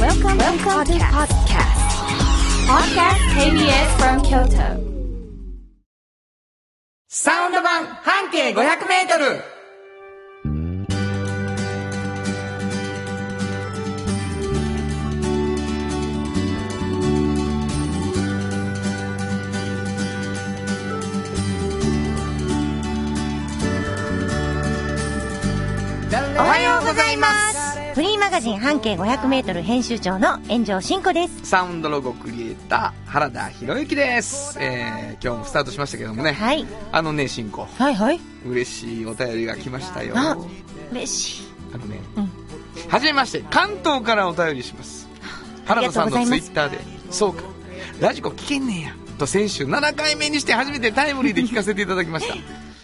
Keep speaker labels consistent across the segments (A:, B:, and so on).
A: Welcome, to the podcast. Podcast KBS from Kyoto.
B: サウンド版半径500メートル
C: おはようございますフリーマガジン半径 500m 編集長の炎上真子です
B: サウンドロゴクリエイター原田博之です、えー、今日もスタートしましたけどもね、
C: はい
B: あのね進行
C: はいはい
B: 嬉しいお便りが来ましたよあ
C: あ嬉しい
B: のね、
C: うん
B: はじめまして関東からお便りします原田さんの
C: ありがとうござい
B: ツ
C: ま
B: イ
C: す
B: ッターでそうかラジコ聞けんねんやと先週7回目にして初めてタイムリーで聞かせていただきました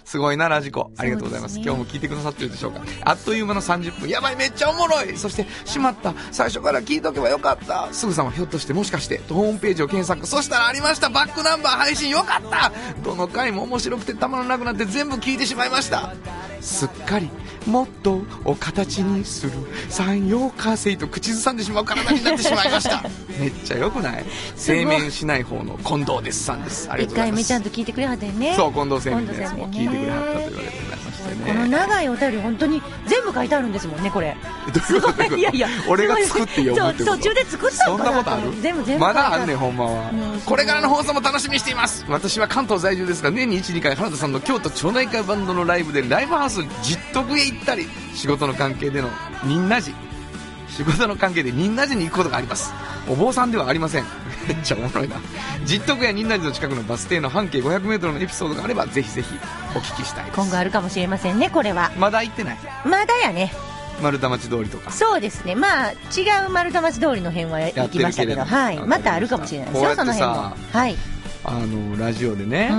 B: すごいなラジコありがとうございます
C: そうですね
B: 今日も聞いてくださってるでしょうかあっという間の30分やばいめっちゃおもろいそしてしまった最初から聞いとけばよかったすぐさまひょっとしてもしかしてとホームページを検索そしたらありましたバックナンバー配信よかったどの回も面白くてたまらなくなって全部聞いてしまいましたすっかりもっとを形にする山陽火星と口ずさんでしまう体になってしまいました めっちゃよくない
C: すごい
B: 製麺しない方の近藤ですさんですありが
C: 一
B: とうござい
C: 回
B: ま
C: 目
B: す
C: ちゃんと聞いてくれはったよね
B: そう近藤製麺で
C: 近
B: す
C: 藤
B: も
C: 製
B: う
C: 麺ね
B: 聞いてくれはったというわけでございましてね
C: この長いお便り本当に全部書いてあるんですもんねこれ
B: どういうこと
C: す ごいいやいや
B: 俺が作って読むってこと
C: そう途中で作った
B: そ
C: の
B: ん
C: かな
B: なことある
C: 全部全部
B: まだあんねんほんまは、
C: うん
B: これからの放送も楽しみにしています私は関東在住ですが年に12回原田さんの京都町内会バンドのライブでライブハウス実得へ行ったり仕事の関係での仁和寺仕事の関係で仁和寺に行くことがありますお坊さんではありません めっちゃおもろいな実得や仁和寺の近くのバス停の半径 500m のエピソードがあればぜひぜひお聞きしたいです
C: 今後あるかもしれませんねこれは
B: まだ行ってない
C: まだやね
B: 丸太町通りとか
C: そうですねまあ違う丸太町通りの辺は行きましたけど
B: やってるけれども
C: は
B: わ
C: い
B: かり
C: ま
B: ました
C: たあるかもしれないです
B: こうや
C: よ
B: って
C: そ
B: さ
C: の辺もはい
B: あのラジオでね、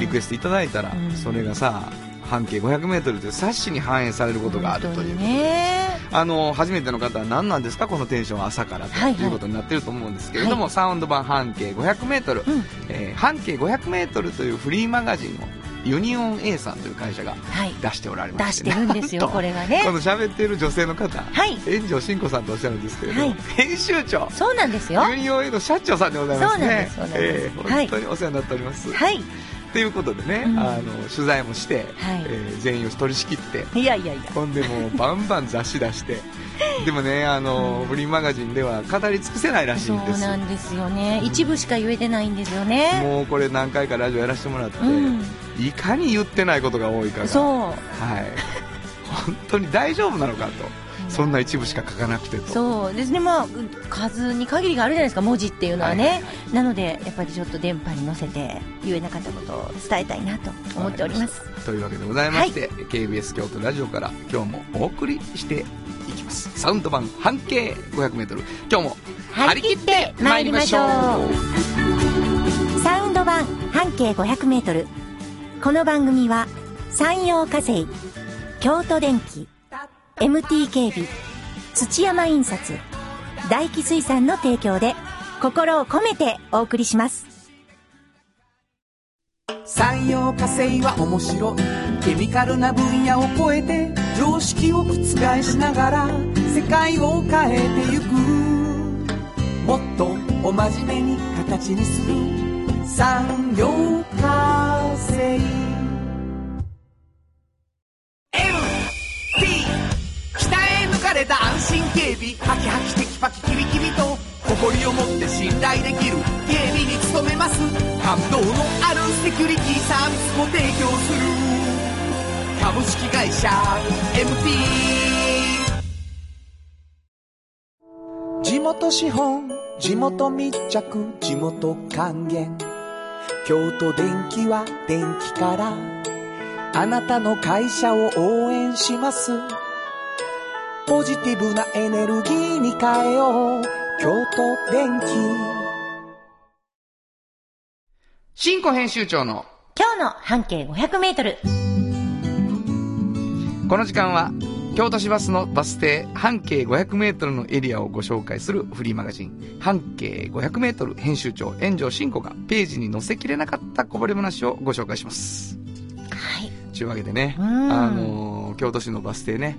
B: リクエ
C: ス
B: ストいただいたら、
C: うん
B: それがさ半径 500m という冊子に反映されることがあるという、
C: ね
B: あの初めての方は何なんですかこのテンションは朝からと
C: はいはい
B: いうことになってると思うんですけれども、
C: は
B: サウンド版半径 500m、
C: うん
B: えー半径 500m というフリーマガジンをユニオン A さんという会社が
C: はい
B: 出しておられま
C: 出
B: し、
C: してて
B: ね、
C: るんですよ
B: なんと
C: これがね
B: この喋っている女性の方、
C: はい
B: 炎上真子さんとおっしゃるんですけれども、
C: はい
B: 編集長
C: そうなんですよ
B: ユニオン A の社長さんでございます
C: そ
B: ね
C: うなんですそうなんです
B: えー本当にお世話になっております、
C: はい
B: ということでね、
C: うん
B: あの取材もして、
C: はい
B: えー全員を取り仕切って
C: いやいやいや
B: ほんでもうバンバン雑誌出して でもねあの、フリーマガジンでは語り尽くせないらしい
C: そうん
B: です
C: なんですよね
B: うん
C: 一部しか言えてないんですよね
B: もうこれ何回かラジオやらせてもらって、
C: うん
B: いかに言ってないことが多いかがはい、
C: そ
B: 本当に大丈夫なのかと、
C: うん
B: そんな一部しか書かなくてと
C: うそうですねまあ数に限りがあるじゃないですか文字っていうのは
B: はいは
C: ね
B: い
C: なのでやっぱりちょっと電波に乗せて言えなかったことを伝えたいなと思っております
B: というわけでございまして、KBS 京都ラジオから今日もお送りしていきますサウンド版半径 500m 今日も張り切って参りましょ
C: 張り
B: う
C: 切サウンド版半径 500m この番組は山陽火星京都電機 MT 警備土山印刷大気水産の提供で心を込めてお送りします
D: 産業化成は面白いケミカルな分野を超えて常識を覆しながら世界を変えてゆくもっとお真面目に形にする産業化成 MT 北へ抜かれた安心警備ハキハキテキパキキビキビと誇りを持って信頼できる警備に努めます感動のあるセキュリティサービスも提供する株式会社 MT 地元資本地元密着地元還元京都電気は電気からあなたの会社を応援しますポジティブなエネルギーに変えよう京都電気
B: 新庫編集長の
C: 今日の半径 500m
B: この時間は京都市バスのバス停半径 500m のエリアをご紹介するフリーマガジン半径 500m 編集長炎上真子がページに載せきれなかったこぼれ話をご紹介します
C: はい
B: というわけでね、
C: うん
B: あのー京都市のバス停ね、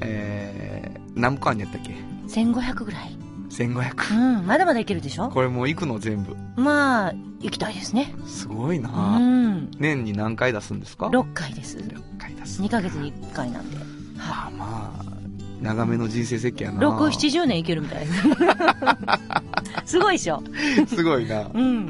B: えー、何個あんやったっけ
C: 1500ぐらい
B: 1500
C: うん、まだまだいけるでしょ
B: これもう行くの全部
C: まあ、行きたいですね。
B: すごいうな、
C: ん。
B: 年に何回出すんですか
C: 6回です。
B: 6回出す
C: 2ヶ月に1回なんで。
B: まあまあ長めの人生設計やな
C: 6、70年いけるみたい です。すごいでしょ。
B: すごいな
C: うん。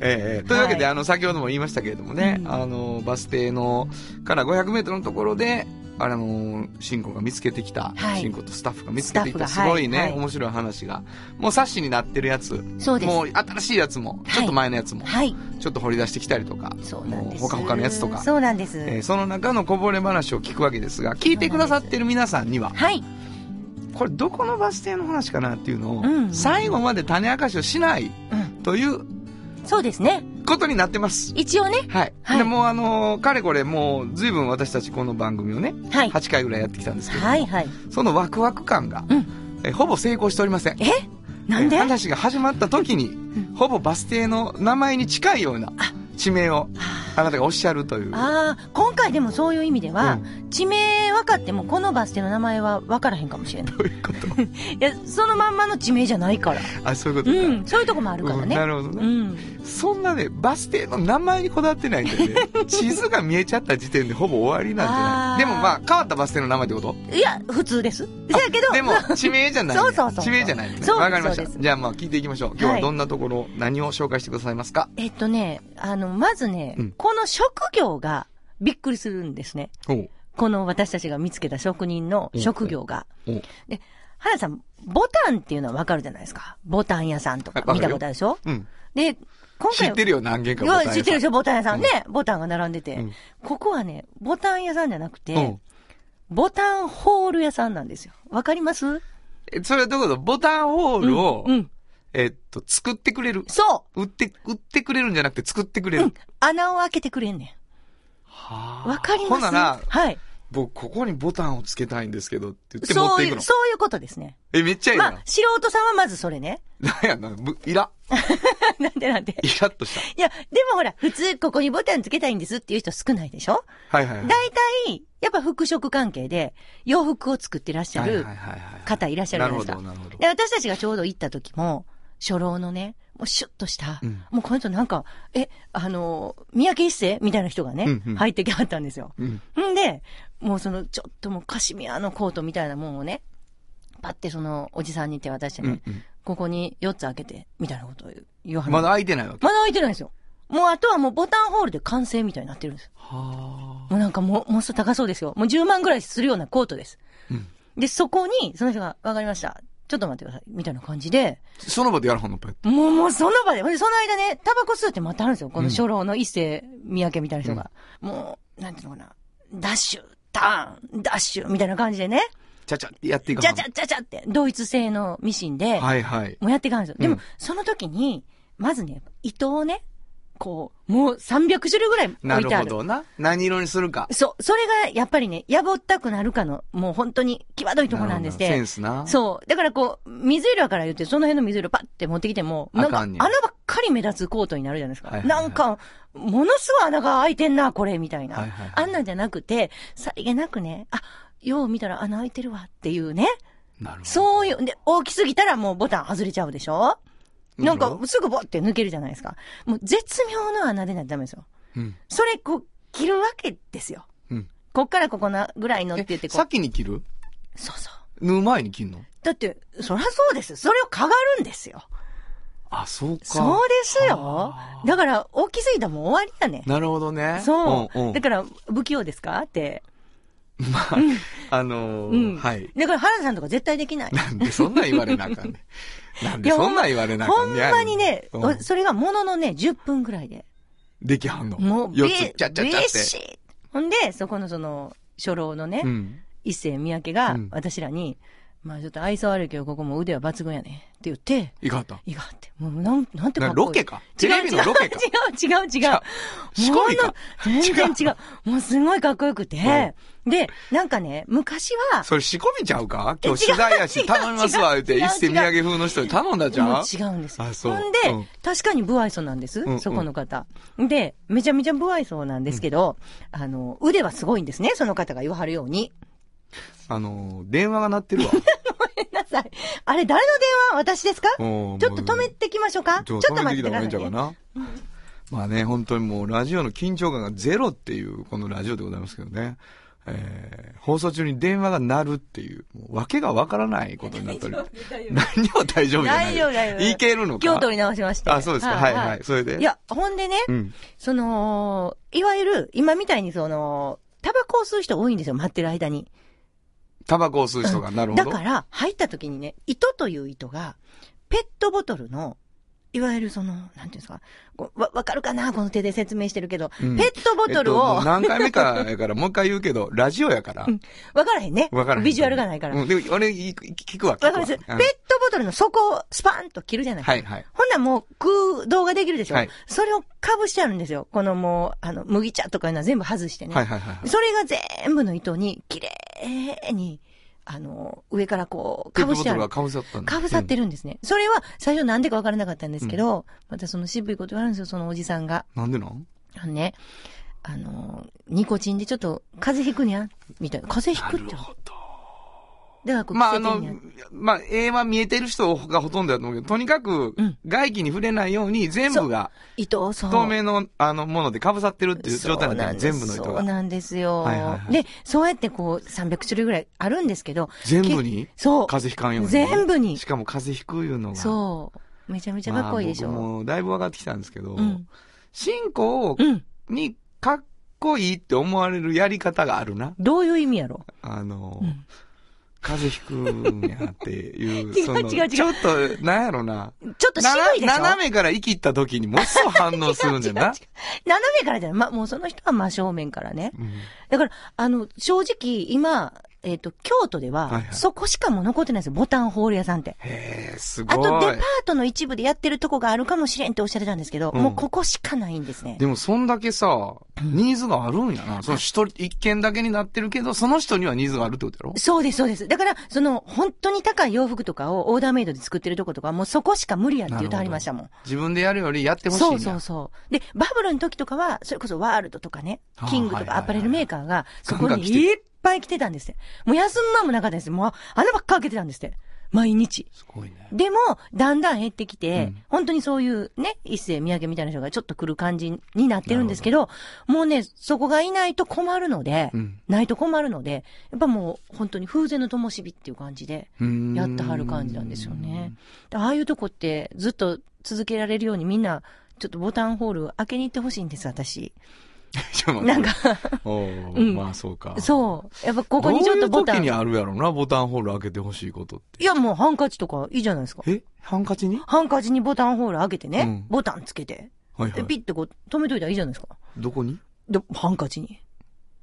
B: ええというわけで、
C: はい
B: あの、先ほども言いましたけれどもね、
C: うん
B: あの、バス停の、から500メートルのところで、あの、シンコが見つけてきた、
C: はい
B: シンコとスタッフが見つけてきた、
C: ス
B: す
C: タッフが
B: ごいね、
C: はいはい
B: 面白い話が。もう冊子になってるやつ、
C: そうです。
B: もう新しいやつも、
C: はい
B: ちょっと前のやつも、
C: はい。
B: ちょっと掘り出してきたりとか、
C: そうなんです。
B: もう他々のやつとか、
C: そうなんです。
B: えーその中のこぼれ話を聞くわけですが、聞いてくださってる皆さんには、
C: はい。
B: これどこのバス停の話かなっていうのを、
C: うん
B: 最後まで種明かしをしない
C: うん。
B: という
C: そうですね。
B: ことになってます。
C: 一応ね。
B: はい。
C: はい
B: でもうあのーかれこれもう随分私たちこの番組をね、
C: はい。
B: 8回ぐらいやってきたんですけど、
C: はいはい。
B: そのワクワク感が、
C: うん
B: えほぼ成功しておりません。
C: えなんで
B: え話が始まった時に、ほぼバス停の名前に近いような地名をあなたがおっしゃるという。
C: ああ、今回でもそういう意味では、
B: う
C: 地名分かってもこのバス停の名前は分からへんかもしれない。
B: どういうこと
C: いや、そのまんまの地名じゃないから。
B: あ、そういうことか。
C: うん、そういうとこもあるから
B: うんな
C: ね。
B: るほど
C: う
B: ね、
C: ん。
B: そんなね、バス停の名前にこだわってないんだよ ね。地図が見えちゃった時点でほぼ終わりなんじゃない
C: あー
B: でもまあ、変わったバス停の名前ってこと
C: いや、普通です。せやけど、
B: でも、地名じゃない。
C: そうそうそう
B: 地名じゃないですね。
C: そうです
B: わかりまし
C: そうで
B: た。
C: す
B: じゃあまあ聞いていきましょう。今日はどんなところ、何を紹介してくださいますか
C: えっとね、あの、まずね、
B: うん
C: この職業がびっくりするんですね。
B: おう
C: この私たちが見つけた職人の職業が。
B: おう
C: で、原田さん、ボタンっていうのはわかるじゃないですか。ボタン屋さんとか
B: はいわか
C: 見
B: るよ
C: たことあるでしょ
B: うん。
C: で、今
B: 知
C: 回
B: ってるよ、何軒か
C: い
B: ボタ
C: や
B: ン屋さ
C: 知
B: ん。
C: ってるでしょ、ボタン屋さんね。ボタンが並んでて、
B: うん
C: ここはね、ボタン屋さんじゃなくて、
B: うん
C: ボタンホール屋さんなんですよ。わかります
B: えそれはどういうことボタンホールを、
C: うん。
B: えっと、作ってくれる。
C: そ
B: 売って、売ってくれるんじゃなくて作ってくれ
C: う。う
B: る。
C: ん。穴を開けてくれんね
B: は
C: ん。わかり
B: ほ
C: ま
B: ん
C: す
B: なら、
C: はい。
B: 僕、ここにボタンをつけたいんですけど、って言って持っ
C: そ
B: て
C: う
B: い
C: い
B: く
C: う、
B: の。
C: そういうことですね。
B: え、めっちゃいい
C: ま
B: な
C: あ、。素人さんはまずそれね。
B: なんやな、ぶイラ。
C: なんでなんで。
B: イラっとし
C: いや、でもほら、普通ここにボタンつけたいんですっていう人少ないでしょ
B: た。はいはいはい。
C: 大体、やっぱ服飾関係で洋服を作ってらっしゃ
B: はい
C: る
B: はいはいはい
C: 方いらっしゃるじ
B: な
C: ゃ
B: る
C: ないですか
B: ほど、。なるほど。
C: で、私たちがちょうど行った時も、初老のね、もうシュッとした、
B: うん
C: もうこの人なんか、え、あの、三宅一世みたいな人がね、
B: うんうん
C: 入ってきはったんですよ。
B: うん。
C: んで、もうその、ちょっともうカシミヤのコートみたいなもんをね、パってその、おじさんに手渡して
B: う
C: ね、
B: んうん。
C: ここに4つ開けて、みたいなことを言う言わはる。
B: まだ開いてないわけ。
C: まだ開いてないんですよ。もうあとはもうボタンホールで完成みたいになってるんですよ。
B: は
C: もうなんかもう、もうすぐ高そうですよ。もう10万ぐらいするようなコートです。
B: うん
C: で、そこに、その人が、わかりました。ちょっと待ってください。みたいな感じで、
B: あ。その場でやらはんの、パイ
C: もう、もうその場で、ほんで、その間ね、タバコ吸うって待ってはるんですよ。この初老の一世三宅みたいな人が。もう、なんていうのかな。ダッシュ、ターン、ダッシュ、みたいな感じでね。
B: ちゃちゃってやっていか
C: じ
B: は
C: ゃ
B: ん
C: じゃじゃじゃって、ドイツ製のミシンで、
B: はいはい。
C: もうやっていかはるんですよ。
B: う
C: で
B: ん
C: も、その時に、まずね、糸をね、こう、もう300種類ぐらい置いてあ
B: な
C: る。
B: るほどな。何色にするか。
C: そう、それがやっぱりね、やぼったくなるかの、もう本当に際どいところなんです
B: るほどセ
C: ね
B: ン。スな。
C: そう。だからこう、水色やから言って、その辺の水色パッて持ってきても、なん
B: あ
C: か
B: かん
C: 穴
B: ねん
C: ばっかり目立つコートになるじゃないですか。
B: はいはいはい
C: なんか、ものすごい穴が開いてんな、これ、みたいな。
B: はいはいはい
C: あんなんじゃなくて、さりげなくね、あ、よう見たら穴開いてるわっていうね。
B: なるほど。
C: そういう、で、大きすぎたらもうボタン外れちゃうでしょなん
B: なる
C: か
B: ほど、
C: すぐボって抜けるじゃないですか。もう絶妙の穴でないとダメですよ。
B: うん。
C: それ、こう、着るわけですよ。
B: うん。
C: こっからここな、ぐらいのって言って
B: え、
C: こう。
B: 先に切る
C: そうそう。
B: 縫う前に切るの
C: だって、そらそうです。それをかがるんですよ。
B: あ、そうか。
C: そうですよ
B: あ。ー
C: だから、大きすぎたらもう終わりやね。
B: なるほどね。
C: そう。
B: んん
C: だから、不器用ですかって。
B: あのー
C: うん
B: はい。
C: だから、原田さんとか絶対できない。
B: なんでそんなん言われなあかんね ん。なんで
C: いや
B: そんなん言われなあか
C: ほ
B: ん
C: ん
B: ねん。
C: まにね、
B: うん
C: おそれがもののね、10分ぐらいで。
B: できはんの。
C: もう、
B: 四
C: べ
B: つ、ちゃっちゃっちゃっ
C: べ
B: て。
C: しほんで、そこのその、初老のね、
B: うん。
C: 一世三宅が
B: うん、
C: 私らに、まあちょっと愛想悪いけど、ここも腕は抜群やね。って言って、
B: いかはった。
C: いがって、もうなん、なんてか
B: な
C: っこいい
B: ロケか。
C: 違
B: テ
C: う
B: レビのロケか。
C: 違う違う違う違う。
B: しかもいいか
C: もうあの全然違う。もうすごいかっこよくて。で、なんかね、昔は、
B: それ仕込みちゃうか今
C: え
B: 日
C: 違
B: 取
C: う
B: 材やし、
C: 違う
B: 頼みますわ、言って、
C: 違う違う
B: 一世土産風の人に頼んだじゃ
C: も
B: ん
C: う違うんですよ。
B: あそう
C: ほん
B: う
C: で
B: ん、
C: 確かに不愛想なんです
B: んう、ん
C: そこの方。で、めちゃめちゃ不愛想なんですけど、あの、腕はすごいんですね、その方が言わはるように。
B: あのー、電話が鳴ってるわ。
C: さい。あれ、誰の電話私ですかち
B: う
C: ょ
B: ん
C: っと止めてきましょうかちょっと待ってください、ね。
B: な。まあね、本当にもうラジオの緊張感がゼロっていう、このラジオでございますけどね。えー、放送中に電話が鳴るっていう、もう訳がわからないことになっております。何を大丈夫じゃない
C: 大丈夫、大丈夫。
B: いけるのか。
C: 今日取り直しまして。
B: あ、そうですか。はいはい。それで。
C: いや、ほんでね、
B: うん。
C: その、いわゆる、今みたいにその、タバコを吸う人多いんですよ、待ってる間に。
B: タバコを吸う人が、なるほ
C: だ
B: ど。
C: から、入った時にね、糸という糸が、ペットボトルの、いわゆるその、なんていうんですか、こうわ、わかるかなこの手で説明してるけど、
B: うん
C: ペットボトル
B: えっ
C: を、
B: と何回目かやから、もう一回言うけど、ラジオやから。
C: わからへんね。
B: わからん。
C: ビジュアルがないから。
B: うん、で、俺、い聞くわ、聞く
C: わか
B: わ。
C: ります。ペッ
B: うん
C: トボトルの底をスパーンと切るじゃない
B: はいはい。
C: ほんならもう空洞ができるでしょ、
B: はい
C: それをかぶしてあるんですよ。このもう、あの、麦茶とかいうのは全部外してね。
B: はいはいはいはい。
C: それが全部の糸に、綺麗に、あの、上からこう、
B: ペ
C: か
B: ット
C: ぶ
B: ボ
C: して
B: ト
C: あ
B: ル
C: る
B: が。かぶさったんだ
C: かぶさってるんですね。それは、最初なんでかわからなかったんですけど、またその渋いこと言われるんですよ、そのおじさんが。
B: なんでなん
C: あのね、あの、ニコチンでちょっと、風邪ひくにゃみたいな。風邪ひくって。なるほど。だからこう、
B: まあ、あ
C: 季節
B: の
C: にゃ、
B: まあ、絵は見えてる人がほとんどだと思うけど、とにかく
C: うん、
B: 外気に触れないように、全部が、
C: 糸をそう。
B: 透明の、あの、ものでかぶさってるっていう状態なんだよね、
C: そう
B: 全部の
C: そ
B: 糸
C: う
B: が。
C: なんですよ、
B: はいはいはい
C: で、そうやってこう、300種類ぐらいあるんですけど。
B: 全部に
C: けそう。
B: 風邪ひかんように。
C: 全部に
B: しかも風邪ひくいうのが。う。
C: そう。めちゃめちゃかっこいいでしょ。
B: まあ僕もだいぶ分かってきたんですけど
C: う、ん。
B: 進行
C: うん。
B: にかっこいいって思われるやり方があるな。
C: どういう意味やろ
B: あの
C: う、ん
B: 風邪ひくんやってい
C: 違う
B: う、その、
C: 違う違う
B: ちょっと、なんやろな。
C: ちょっと渋いでしょ
B: な斜めから生きった時にもっそ反応するんじ ゃ
C: 違う違う
B: な
C: 違う。斜めからじゃない。ま、もうその人は真正面からね。
B: うん
C: だから、あの、正直、今、えっ、と、京都では、
B: はいはい
C: そこしかもう残ってないんですよ。ボタンホール屋さんって。
B: へえ、す
C: あと、デパ
B: ご
C: ー
B: い。
C: トの一部でやってるとこがあるかもしれんっておっしゃってたんですけど、
B: うん
C: もうここしかないんですね。
B: でも、そんだけさ、ニーズがあるんやな。その一人、一件だけになってるけど、その人にはニーズがあるってことやろ
C: そうです、そうです。だから、その、本当に高い洋服とかをオーダーメイドで作ってるとことか、もうそこしか無理やって言ってはりましたもん。
B: 自分でやるよりやってほしいん
C: そ
B: だ
C: うそうそう。で、バブルの時とかは、それこそワールドとかね
B: あ、ー
C: キングとかアパレルメーカーが、そこ
B: ガン
C: に
B: ガン来て
C: いっぱい来てたんですって。もう休む間もなかったんですよもう、穴ばっか開けてたんですって。毎日。
B: すごいね。
C: でも、だんだん減ってきて、
B: うん
C: 本当にそういうね、一世三宅みたいな人がちょっと来る感じになってるんですけど、もうね、そこがいないと困るので、
B: うん
C: ないと困るので、やっぱもう本当に風前の灯火っていう感じで、
B: うーん
C: やってはる感じなんですよね。。ああいうとこってずっと続けられるようにみんな、ちょっとボタンホール開けに行ってほしいんです、私。
B: ちょっと
C: な
B: 待
C: ん
B: って
C: か、、
B: お
C: う
B: ー
C: ん
B: まあそうか。
C: そう。やっぱこ
B: ど
C: こ
B: う
C: にちょっ
B: い
C: と
B: う
C: ボタ
B: 時
C: ン。
B: に
C: い
B: あるやろな、ボタンホール開けてほしいことって。
C: やもうハンカチとかいいじゃないですか。
B: えハンカチに
C: ハンカチにボタンホール開けてね、
B: うん
C: ボタンつけて、
B: はいは
C: で、
B: い。
C: ピッてこう止めといたらいいじゃないですか。
B: どこに
C: で、ハンカチに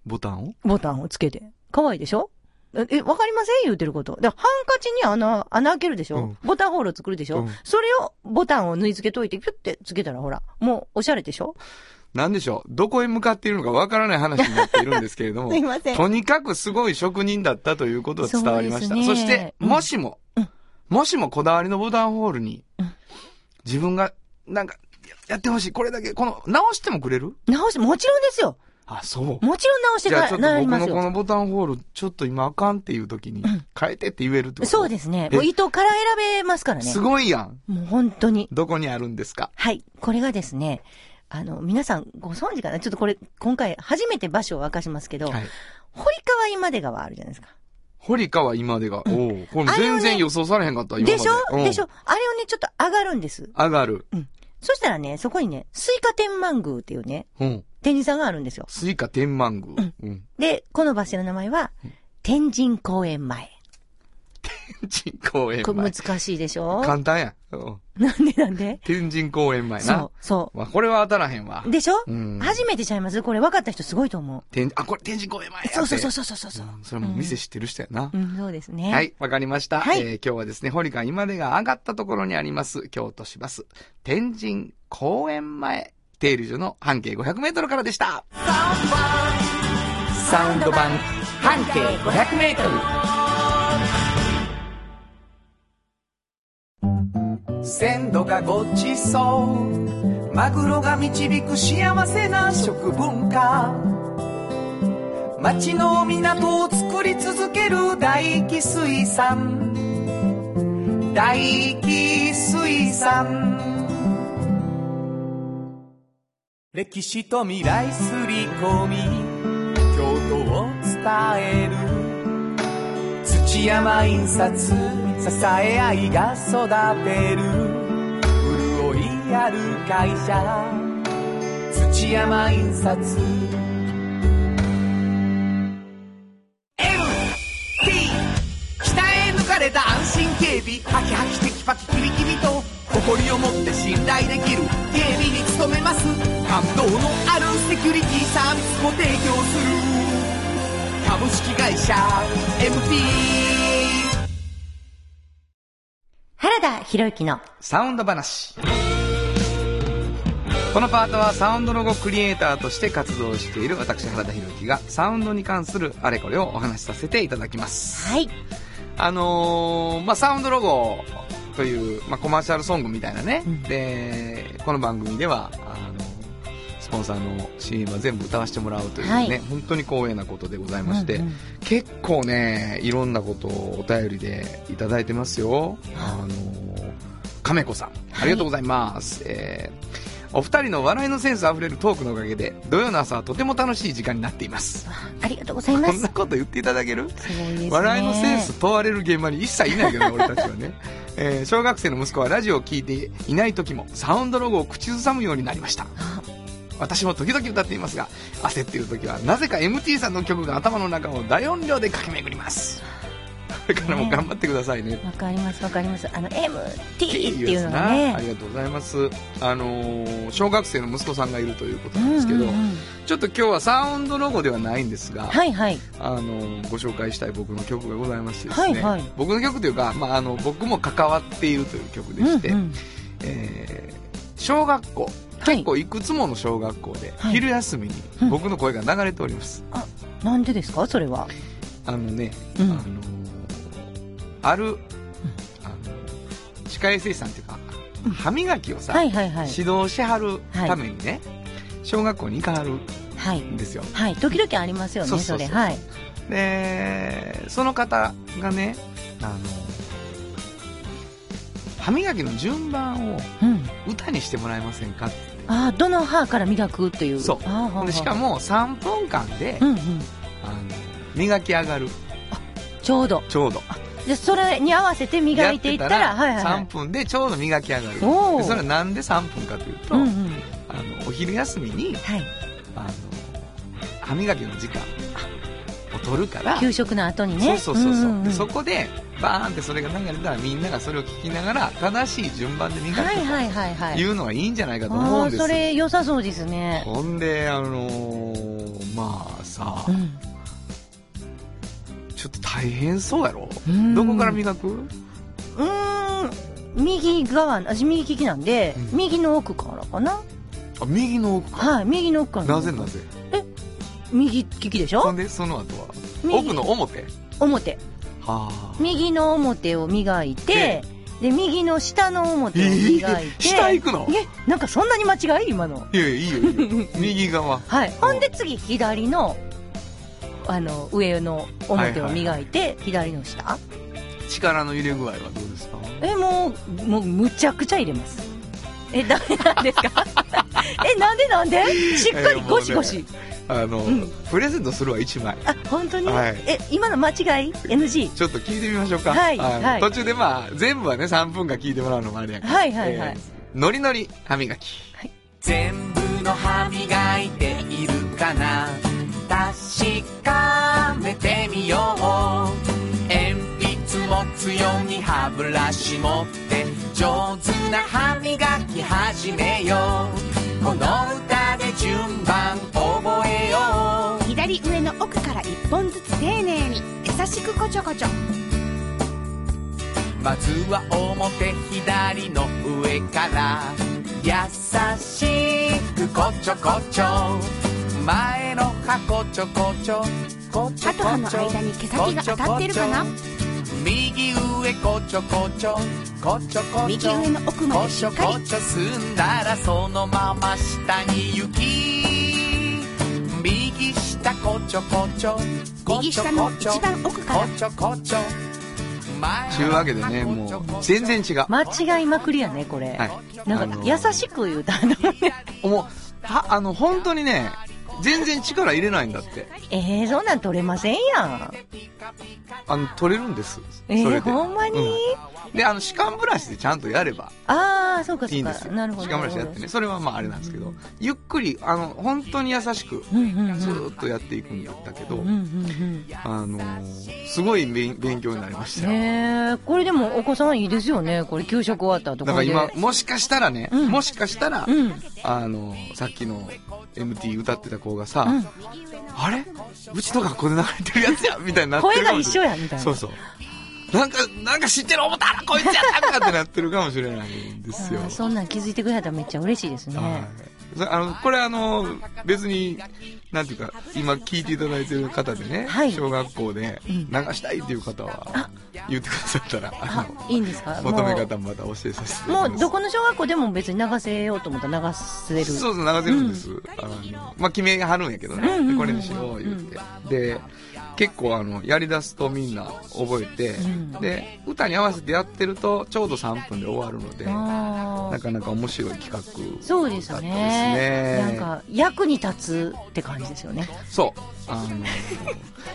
B: ボタンを
C: ボタンをつけて。可愛いでしょえ、わかりません言うてること。で、ハンカチに穴、穴開けるでしょ、
B: うん
C: ボタンホールを作るでしょ、
B: うん
C: それを、ボタンを縫い付けといて、ピュッてつけたらほら、もうおしゃれでしょ
B: なんでしょうどこへ向かっているのかわからない話になっているんですけれど も
C: すい、ません。
B: とにかくすごい職人だったということが伝わりました。
C: そう
B: そ,、
C: ですね
B: して、
C: うん
B: もしも、
C: うん
B: もしもこだわりのボタンホールに、
C: うん
B: 自分が、なんか、ややってほしい。これだけ、この、直してもくれる
C: 直して、もちろんですよ。
B: あ、そう。
C: もちろん直して
B: じゃあちょ
C: か
B: っと
C: ら、なり
B: 僕
C: ま
B: の
C: す
B: こ
C: よ。
B: のボタンホール、ちょっと今あかんっていう時に、変えてって言えるってこと
C: そうですね。
B: え
C: もう糸から選べますからね
B: す。ごいやん。
C: もう本当に。
B: どこにあるんですか
C: はい。これがですね、あの、皆さんご存知かなちょっとこれ、今回初めて場所を明かしますけど、
B: はい。
C: 堀川今出川あるじゃないですか。
B: 堀川今でが、おおうこれ
C: あれをね
B: 全然予想されへんかった、今まで。
C: でしょ
B: うん
C: でしょあれをね、ちょっと上がるんです。
B: 上がる。
C: そしたらね、そこにね、スイカ天満宮っていうね、
B: うん。
C: 天神さんがあるんですよ。
B: スイカ天満宮。うん。
C: で、この橋の名前は、天神公園前。
B: 天神公園
C: これ
B: 前。
C: 難しいでしょ
B: 簡単や。うん
C: なんでなんで
B: 天神公園前
C: そ
B: な
C: う。、そ
B: まあ、これは当たらへんわ
C: う。。でしょ
B: うん
C: 初めてちゃいますこれ分かった人すごいと思う。
B: 天あ、これ天神公園前やって。
C: そうそうそううそうそうそう。
B: んそれはもう店知ってる人やな。
C: うん、そうですね。
B: は。い、わかりました。
C: はい
B: えー今日はですね、堀川今出が上がったところにあります、京都市バス、天神公園前、停留所の半径500メートルからでした。サウンド版、半径500メートル。
E: 鮮度がごちそうマグロが導く幸せな食文化町の港を作り続ける大気水産大気水産歴史と未来すり込み京都を伝える土山印刷支え合いが育てる潤いある会社土山印刷 MT 北へ抜かれた安心警備ハキハキテキパキキビキビと誇りを持って信頼できる警備に努めます感動のあるセキュリティサービスも提供する株式会社 MT
C: 原田博之の。
B: サウンド話。このパートはサウンドロゴクリエイターとして活動している私原田博之がサウンドに関するあれこれをお話しさせていただきます。
C: はい。
B: あのーまあ、サウンドロゴという、まあ、コマーシャルソングみたいなね。
C: うん
B: で、この番組では、あの、スポンサーの CM は全部歌わせてもらうというね、
C: はい
B: 本当に光栄なことでございまして、
C: うんうん
B: 結構ね、いろんなことをお便りでいただいてますよ。あの、亀子さん、ありがとうございます。えーお二人の笑いのセンスあふれるトークのおかげで、土曜の朝はとても楽しい時間になっています。
C: ありがとうございま
B: こ
C: す。
B: ん
C: す
B: なこと言っていただける
C: ごいですね。
B: 笑いのセンス。問われる現場に一切いないけどね、俺たちは ね。えー小学生の息子はラジオを聞いていない時もサウンドロゴを口ずさむようになりました。私も時々歌っていますが、焦っている時はなぜか MT さんの曲が頭の中を大音量で駆け巡ります。これからも頑張ってくださいね。
C: わかります、わかります。あの、MT っていうのが
B: なあり
C: ね。
B: がとうございます。あのー小学生の息子さんがいるということなんですけど、
C: うんうんうん
B: ちょっと今日はサウンドロゴではないんですが、
C: はいはい。
B: あのご紹介したい僕の曲がございましてですね、
C: はいはい
B: 僕の曲というか、まあ、あの僕も関わっているという曲でして、
C: うんうん
B: えー小学校
C: はい
B: 結構いくつもの小学校で
C: はい
B: 昼休みに
C: うん
B: 僕の声が流れております、
C: なんでですかそれは。
B: あのね、
C: うん
B: あのある、あの歯科衛生士さんというか歯磨きをさ、
C: はいはいはい。
B: 指導しはるためにね、小学校に行かはる
C: はい。
B: んですよ
C: はい。時々ありますよ
B: そう
C: ね、
B: そ
C: そう
B: そう
C: れ。はい。
B: でその方がねあの歯磨きの順番を
C: うん。
B: 歌にしてもらえませんかって
C: ああ、どの歯から磨くという。
B: そう
C: ああ
B: でしか。も3分間で、
C: うんうん。
B: あの磨き上がる
C: ちょうど。
B: ちょうど
C: で、それに合わせて磨いていった
B: や
C: ら、はいはいは
B: 3
C: い。
B: 分でちょうど磨き上がる、
C: おー
B: でそれはなんで3分かというと、
C: うんうん。
B: あのお昼休みに
C: はい。
B: あの歯磨きの時間を取るから
C: 給食の後に
B: そう
C: ね。
B: そうそうそう、
C: んんん
B: でそこでバーンってそれが流れたらみんながそれを聞きながら正しい順番で磨く
C: はい
B: と
C: はいはいはい。
B: いうのはいいんじゃないかと思
C: あ
B: う
C: あ
B: ん
C: ー、
B: です
C: それ良さそうですね。
B: ほんであのーまあさ
C: うん
B: ちょっと大変そうやろ
C: うん
B: どこから磨く
C: うーん、右側、私右利きなんで、
B: うん
C: 右の奥からかな。
B: あ右の奥か
C: はい、右の奥から。
B: なぜなぜ
C: 右利きでし
B: ほ
C: ょ
B: んでその後は
C: 右
B: 奥の表
C: 表。
B: はあ
C: 右の表を磨いて、で、右の下の表を磨いて。
B: えー下行くの
C: え、なんかそんなに間違い今の。
B: いやいやいいよいいよ 右側
C: はい。ほんで次、左の、あの、上の表を磨いて、左の下。
B: 力の入れ具合はどうですか
C: え、もう、もう、むちゃくちゃ入れます。え、ダメなんですか え、なんでなんでしっかりゴシゴシ。
B: あの、
C: うん
B: プレゼントするは1枚
C: あ、本当に、
B: はい
C: え、今の間違い ?NG?
B: ちょっと聞いてみましょうか。
C: はい
B: あの
C: はい
B: 途中でまあ、全部はね、3分間聞いてもらうのもあれやから。
C: はいはいはい
B: ーノリノリ歯磨き。
E: 全部の歯磨いているかな確かめてみよう鉛筆も強に歯ブラシ持って上手な歯磨き始めようこの歌で順番覚えよう
F: 左上の奥から1本ずつ丁寧に優しくこちょこちょ
E: まずは表左の上から優しくこちょこちょ前の歯こちょこちょこちょこちょ
F: 歯と歯の間に毛先が当たってるかな
E: こ右上こちょこちょこちょこちょ
F: 右上の奥ま
E: こ
F: でし
E: ち
F: っ
E: ょ
F: かり
E: こちょ進んだらそのまま下に行き右下こちょこちょこ
F: 右
E: ちょ
F: 下
E: こ
F: の
E: ちょ
F: 一番奥から
E: こちょこちょ
B: ちゅうわけでね、もう、全然違う。
C: 間違いまくりやね、これ。
B: はい
C: な
B: あ
C: んか
B: の、
C: 優しく言うたんだもんね。
B: もう、は、あの、本当にね、全然力入れないんだって。
C: ええそんなん取れませんやん。
B: あの、取れるんです。
C: えー
B: それで
C: ほんまに
B: うんで、あの、歯間ブラシでちゃんとやれば
C: ああ、そうか
B: い
C: そ
B: い
C: うんか。
B: ですよ。
C: なるほど。
B: 歯間ブラシやってね。それはまああれなんですけど、ゆっくり、あの、本当に優しく、
C: うんうんうん
B: ずーっとやっていくんだけど、
C: うんうん
B: あのーすごい勉勉強になりまし
C: うん。
B: たよ。
C: ねえ、これでもお子さんいいですよね。これ給食終わった後
B: だから
C: これで
B: 今、もしかしたらね、
C: うん
B: もしかしたら、
C: うん。
B: あのーさっきの MT 歌ってた子がさ、
C: うん
B: あれうちの学校で流れてるやつやみたいになってる
C: 声
B: か
C: が
B: もしれ
C: 一緒やみたいな
B: そうそう。なんか、なんか知ってる思ったらこいつやったんかってなってるかもしれないんですよ
C: あ。ーそんなん気づいてくれたらめっちゃ嬉しいですね。
B: はい、あのこれあの別になんていうか今聞いていただいてる方でね、
C: はい
B: 小学校で流
C: ん
B: したいっていう方は言ってくださったら、
C: あ
B: あの、
C: いいんですか
B: 求め
C: も
B: 方もまた教えさせていうただきます
C: もうどこの小学校でも別に流せようと思ったら流せる。
B: そうそう流せるんです、あのまあ決めはるんやけどね、
C: うんうんうん
B: でこれにしよう言って、で結構あのやりだすとみんな覚えて、
C: ん
B: で歌に合わせてやってるとちょうど3分で終わるので
C: あー
B: なかなか面白い企画だったですね
C: そうですねなんか役に立つって感じですよね
B: そう。あの、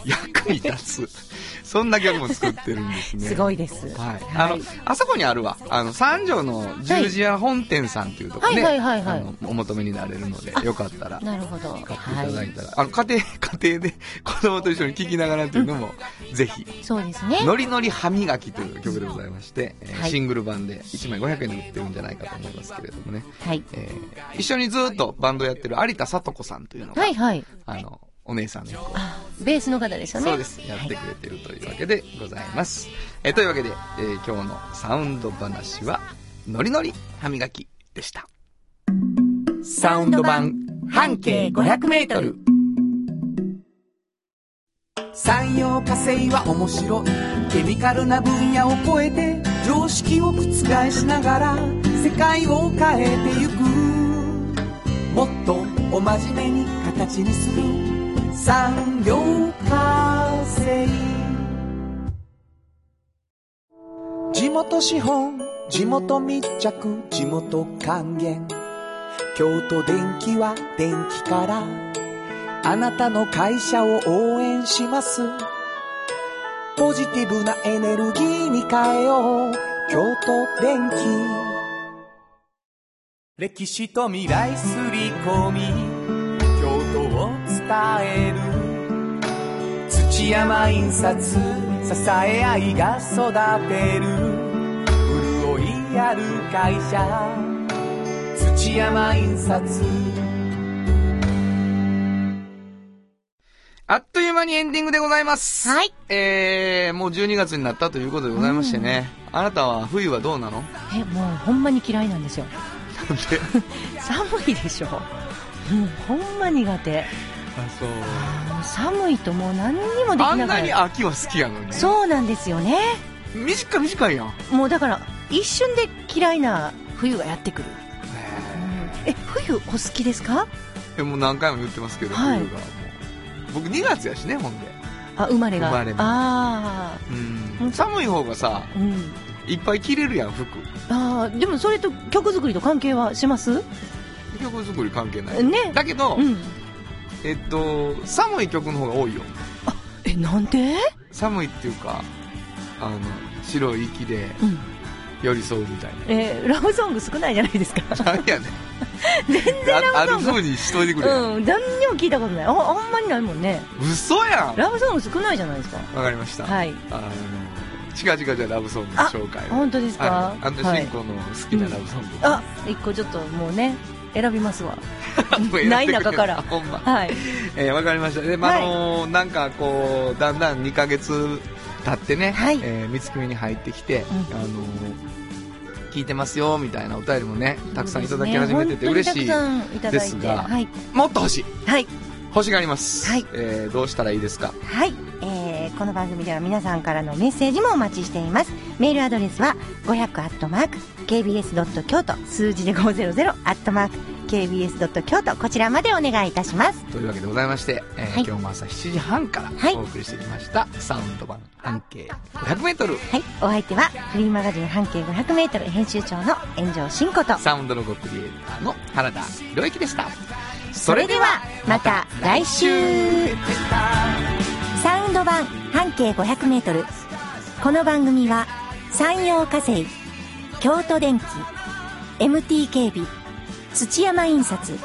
B: 役に立つ。 そんなギャグも作ってるんですね。
C: すごいです
B: はい。あの、あそこにあるわ。あの、三条の十字屋本店さんっていうところで、
C: はいはいはいはい
B: あの、お求めになれるので、よかったら。
C: なるほど
B: 買っていただ
C: はい
B: たら、あの家庭 家庭で子供と一緒に聴きながらっていうのも、ぜひ
C: いそうです
B: 「
C: ね
B: ノリノリ歯磨き」という曲でございまして、えー
C: はい
B: シングル版で1枚500円で売ってるんじゃないかと思いますけれどもね、
C: はい
B: えー一緒にずっとバンドやってる有田聡子さんというのが、
C: はいはい
B: あのお姉さんの役を
C: ベースの方ですよね
B: そうです。やってくれてるというわけでございます。えーというわけで、えー今日のサウンド話は、ノリノリ歯磨きでした。
E: サウンド版半径500メートル産業化成は面白いケミカルな分野を超えて常識を覆しながら世界を変えてゆくもっとお真面目に形にする産業化成地元資本地元密着地元還元京都電気は電気からあなたの会社を応援しますポジティブなエネルギーに変えよう京都電気歴史と未来すり込み京都を伝える土山印刷支え合いが育てる潤いある会社土山印刷
B: あっという間にエンディングでございます。
C: はい。
B: えー、もう12月になったということでございましてね。あなたは冬はどうなの なん
C: えもうほんまに嫌いなんですよ
B: で
C: 寒いでしょもうほんま苦手
B: あ、そう。
C: もう寒いともう何にもできな
B: あ
C: く
B: ん
C: な
B: なに
C: い
B: 秋は好きやのに。
C: そうなんですよね
B: 短い短いやん。
C: もうだから一瞬で嫌いな冬がやってくるえ冬お好きですか
B: えもう何回も言ってますけど、
C: はい
B: 冬がもう。僕2月やしね、ほんで。
C: あ生まれが
B: 生まれも
C: あ
B: うん。寒い方が
C: あ
B: さ、
C: うん
B: いっぱい着れるやん、服。
C: ああでもそれと曲作りと関係はします
B: 曲作り関係ない。
C: ね
B: だけど、
C: うん
B: えっと、寒い曲の方が多いよ。
C: えなんで
B: 寒いっていうか、あの、白い息で
C: うん
B: 寄り添うみたいな。
C: えーラブソング少ないじゃないですか
B: 何やねん。全然あある風にしといてくれよ。
C: うん何にも聞いたことないああんまりないもんね
B: 嘘やん
C: ラブソング少ないじゃないですか
B: わかりました。
C: はい
B: あの、近々じゃあラブソングの紹介を。
C: 本当ですか
B: はい。あの、
C: は
B: シ
C: い
B: ンコの好きなラブソング。
C: あ一個ちょっともうね選びますわ
B: もうやってくれ
C: ない中から
B: ほんま。
C: はい
B: えーわかりました。で、まあ、
C: は
B: あ
C: い
B: のーなんかこう、だんだん2ヶ月経ってね、
C: はい
B: えー三つ組に入ってきて、
C: うん
B: あのー聞いてますよ、みたいなお便りもね、たくさんいただき始めてて嬉しい。
C: ね本当にたくさんいただいて
B: ですが
C: はい
B: もっと欲しい
C: はい
B: 欲しがります。
G: はい
B: えーどうしたらいいですか
G: はい、えーこの番組では皆さんからのメッセージもお待ちしていますメールアドレスは5 0 0 k b s k y o t 数字で5 0 0 k
C: KBS 京都こちらまでお願いいたします。
B: というわけでございまして、えー
C: はい
B: 今日も朝7時半から
C: はい
B: お送りしてきました、サウンド版半径 500m
C: はい、お相手はフリーマガジン半径500メートル編集長の炎上真子と。
B: サウンドロゴクリエイターの原田博之でしたそ
C: それではまた来週サウンド版半径500メートルこの番組は山陽火星京都電機 MT 警備土山印刷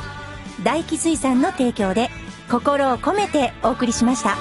C: 大気水産の提供で心を込めてお送りしました。